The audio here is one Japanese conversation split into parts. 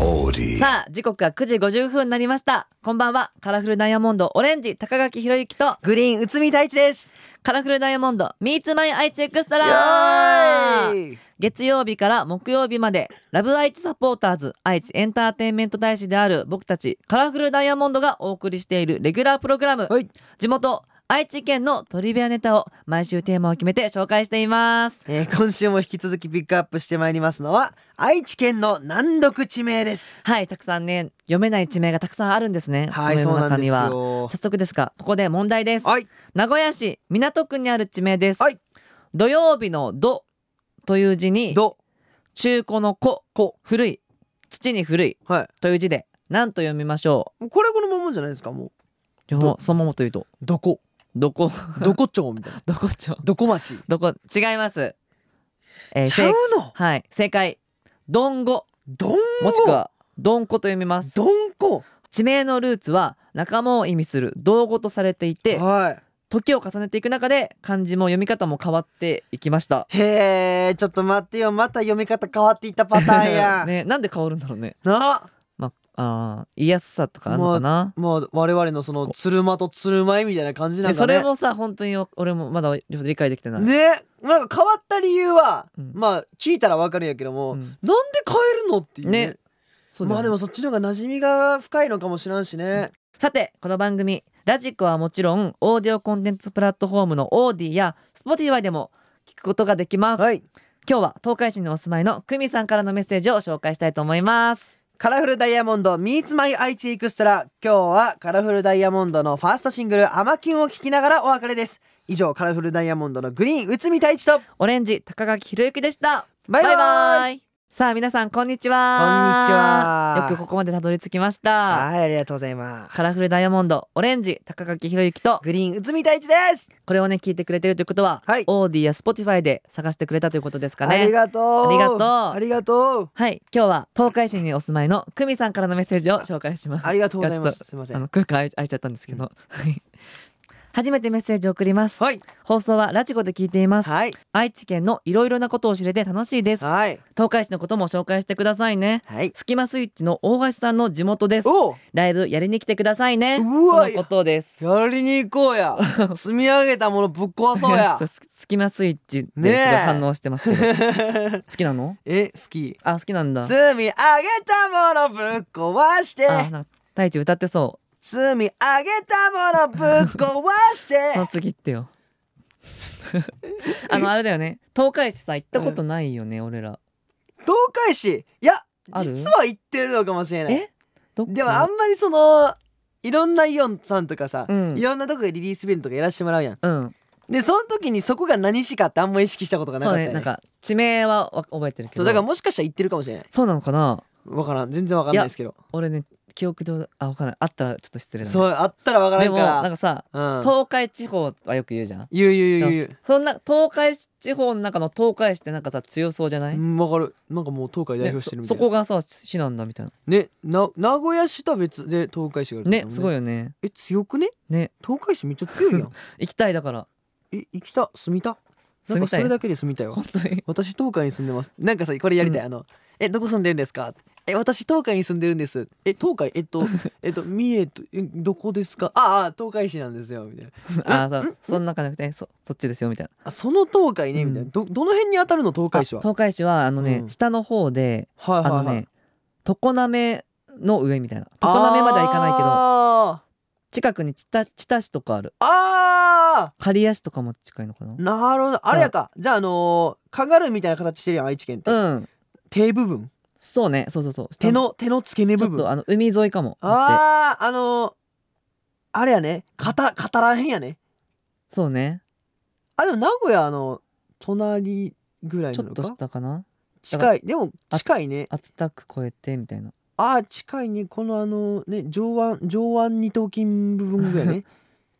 オーディさあ時刻は9時50分になりましたこんばんはカラフルダイヤモンドオレンジ高垣宏之とグリーン内海太一です。カラフルダイヤモンド Meets My 愛知エクストイラエーイ月曜日から木曜日までラブ愛知サポーターズ愛知エンターテインメント大使である僕たちカラフルダイヤモンドがお送りしているレギュラープログラム、はい地元愛知県のトリビアネタを毎週テーマを決めて紹介していますえー今週も引き続きピックアップしてまいりますのは愛知県の難読地名です。はいたくさんね読めない地名がたくさんあるんですねはい、このそ世うの中なんでにすはよ早。速ですがここで問題ですはい、名古屋市港区にある地名です、はい土曜日の「土」という字にど、中古の「古」こ、古い土に古いはという字で何と読みましょい。もうこれこのままじゃないですか、もう。うどそのままというと どこ、どこどこ町みたいな。どこ町どこ町。どこ違います、えーちゃう正の。はい正解「どんごどんご。」もしくは「どんこ」と読みますどんこ。地名のルーツは仲間を意味する道語とされていては時を重ねていく中で漢字も読み方も変わっていきましたい。へえ、ちょっと待ってよ、また読み方変わっていったパターン や。ね、なんで変わるんだろうねな、まあ、あー言いやすさとかあるのかな、もう我々のその鶴間と鶴舞みたいな感じなでんかそれね。もさ本当に俺もまだ理解できてない、ね、なんか変わった理由は、うんまあ聞いたらわかるんやけども、うんなんで変えるのっていうねねそうだまよあねでもそっちの方が馴染みが深いのかもしらんしね、さてこの番組ラジコはもちろんオーディオコンテンツプラットフォームのオーディや Spotify でも聞くことができます、はい今日は東海市にお住まいの久美さんからのメッセージを紹介したいと思いますカラフルダイヤモンド Meets My 愛知エクストラ今日はカラフルダイヤモンドのファーストシングル「アマキュン」を聴きながらお別れです以上カラフルダイヤモンドのグリーン内海太一とオレンジ高垣ひろゆきでしたバイバイイさあ皆さんこんにちはこんにちはよくここまでたどり着きましたはいありがとうございますカラフルダイヤモンドオレンジ高垣ひろゆきとグリーン内海太一です、これをね聞いてくれてるということは、はいオーディやスポティファイで探してくれたということですかありねがとうありがとうありがとうはい今日は東海市にお住まいの久美さんからのメッセージを紹介しますありがとうございまやちすすいませあんの空間空いちゃったんですけど、はい初めてメッセージを送りますはい放送はラジコで聞いています、はい愛知県のいろいろなことを知れて楽しいですはい東海市のことも紹介してくださいねはいスキマスイッチの大橋さんの地元ですおうライブやりに来てくださいねうわとのことですやりに行こ うや積み上げたものぶっ壊そうやそうススキマスイッチですごねいえ反応して ますけど好きなのえ好きあ、好きなんだ。あ、積み上げたものぶっ壊してなんか、大地歌ってそ積み上げたものぶっ壊 しう。そのて次行ってよ。あの、あれだよね。東海市さ、行ったことないよね、俺ら。東海市いやある実は行ってるのかもしれないえどっかでもあんまりそのいろんなイオンさんとかさ、うんいろんなとこでリリースイベントとかやらしてもらうやんうん。でその時にそこが何市かってあんま意識したことがなそうかったよね。ねなんか、地名はわ覚えてるけそど。うだからもしかしたら行ってるかもしれないそうなのかなわからん全然わかんないですけど俺ね、記憶で、あ、わかんない。あったらちょっと失礼だね。そうあったらわからでんも、かならんかさ、うん東海地方はよく言うじゃん。言う言う言う言うそんな、東海地方の中の東海市ってなんかさ、強そうじゃない、うんわかるなんかもう東海代ね表してるそそみたいなこがさ、市なんだみたいな。ねな名古屋市とは別で東海市があるってねこ、とすだごもんいよね。え強くねね、東海市めっちゃ強いや ん行きたいだから。え行きた住みたな住んかみそたいれ。だけで住みたいわ本当に。私東海に住んでますなんかさこれやりたい、うあのえどこ住んでるんですかえ私東海に住んでるんですえ東海えっ とえっと三重とえどこですかああ東海市なんですよみたいなあーそうそんな感じでそそっちですよみたいなあその東海ねみたいな、うんどどの辺に当たるの東海市は東海市はあのね、うん下の方ではいあはいはのいね常滑の上みたいな常滑までは行かないけどど近くに知多知多市とかあるあ刈谷市とかも近いのかなーなるほどあれやかじゃああのー、カガルみたいな形してるやん愛知県って、うん手部分そうねそうそうそう手の手の付け根下部のちょっ分とああの海沿いかもそあーあのー、あれやね肩肩らへんやねしてそうねあでも名古屋の隣ぐらいちなょっのとか下かな近いでも近いね厚田区越えてみたいなあー近いねこのあのね上腕上腕二頭筋部分ぐらい ね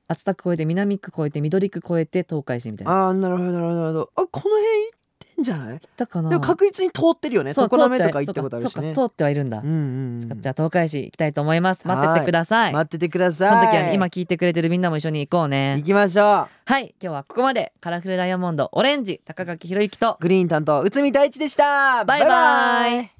厚田区越えて南区越えて緑区越えて東海市みたいな行っああなるほどなるほどなるほどあこの辺行ってんじゃないたかなでも確実に通ってるよねそう常滑とか通行ったことあるしそうねかそうか通ってはいるんだ、うんうんうんじゃあ東海市行きたいと思います待っててください待っててくださいその時はね、今聞いてくれてるみんなも一緒に行こうね行。きましょはい、今日はここまで。カラフルダイヤモンド、オレンジ、高垣ひろゆきとう。グリーン担当内海太一でしたバイバイバイバイ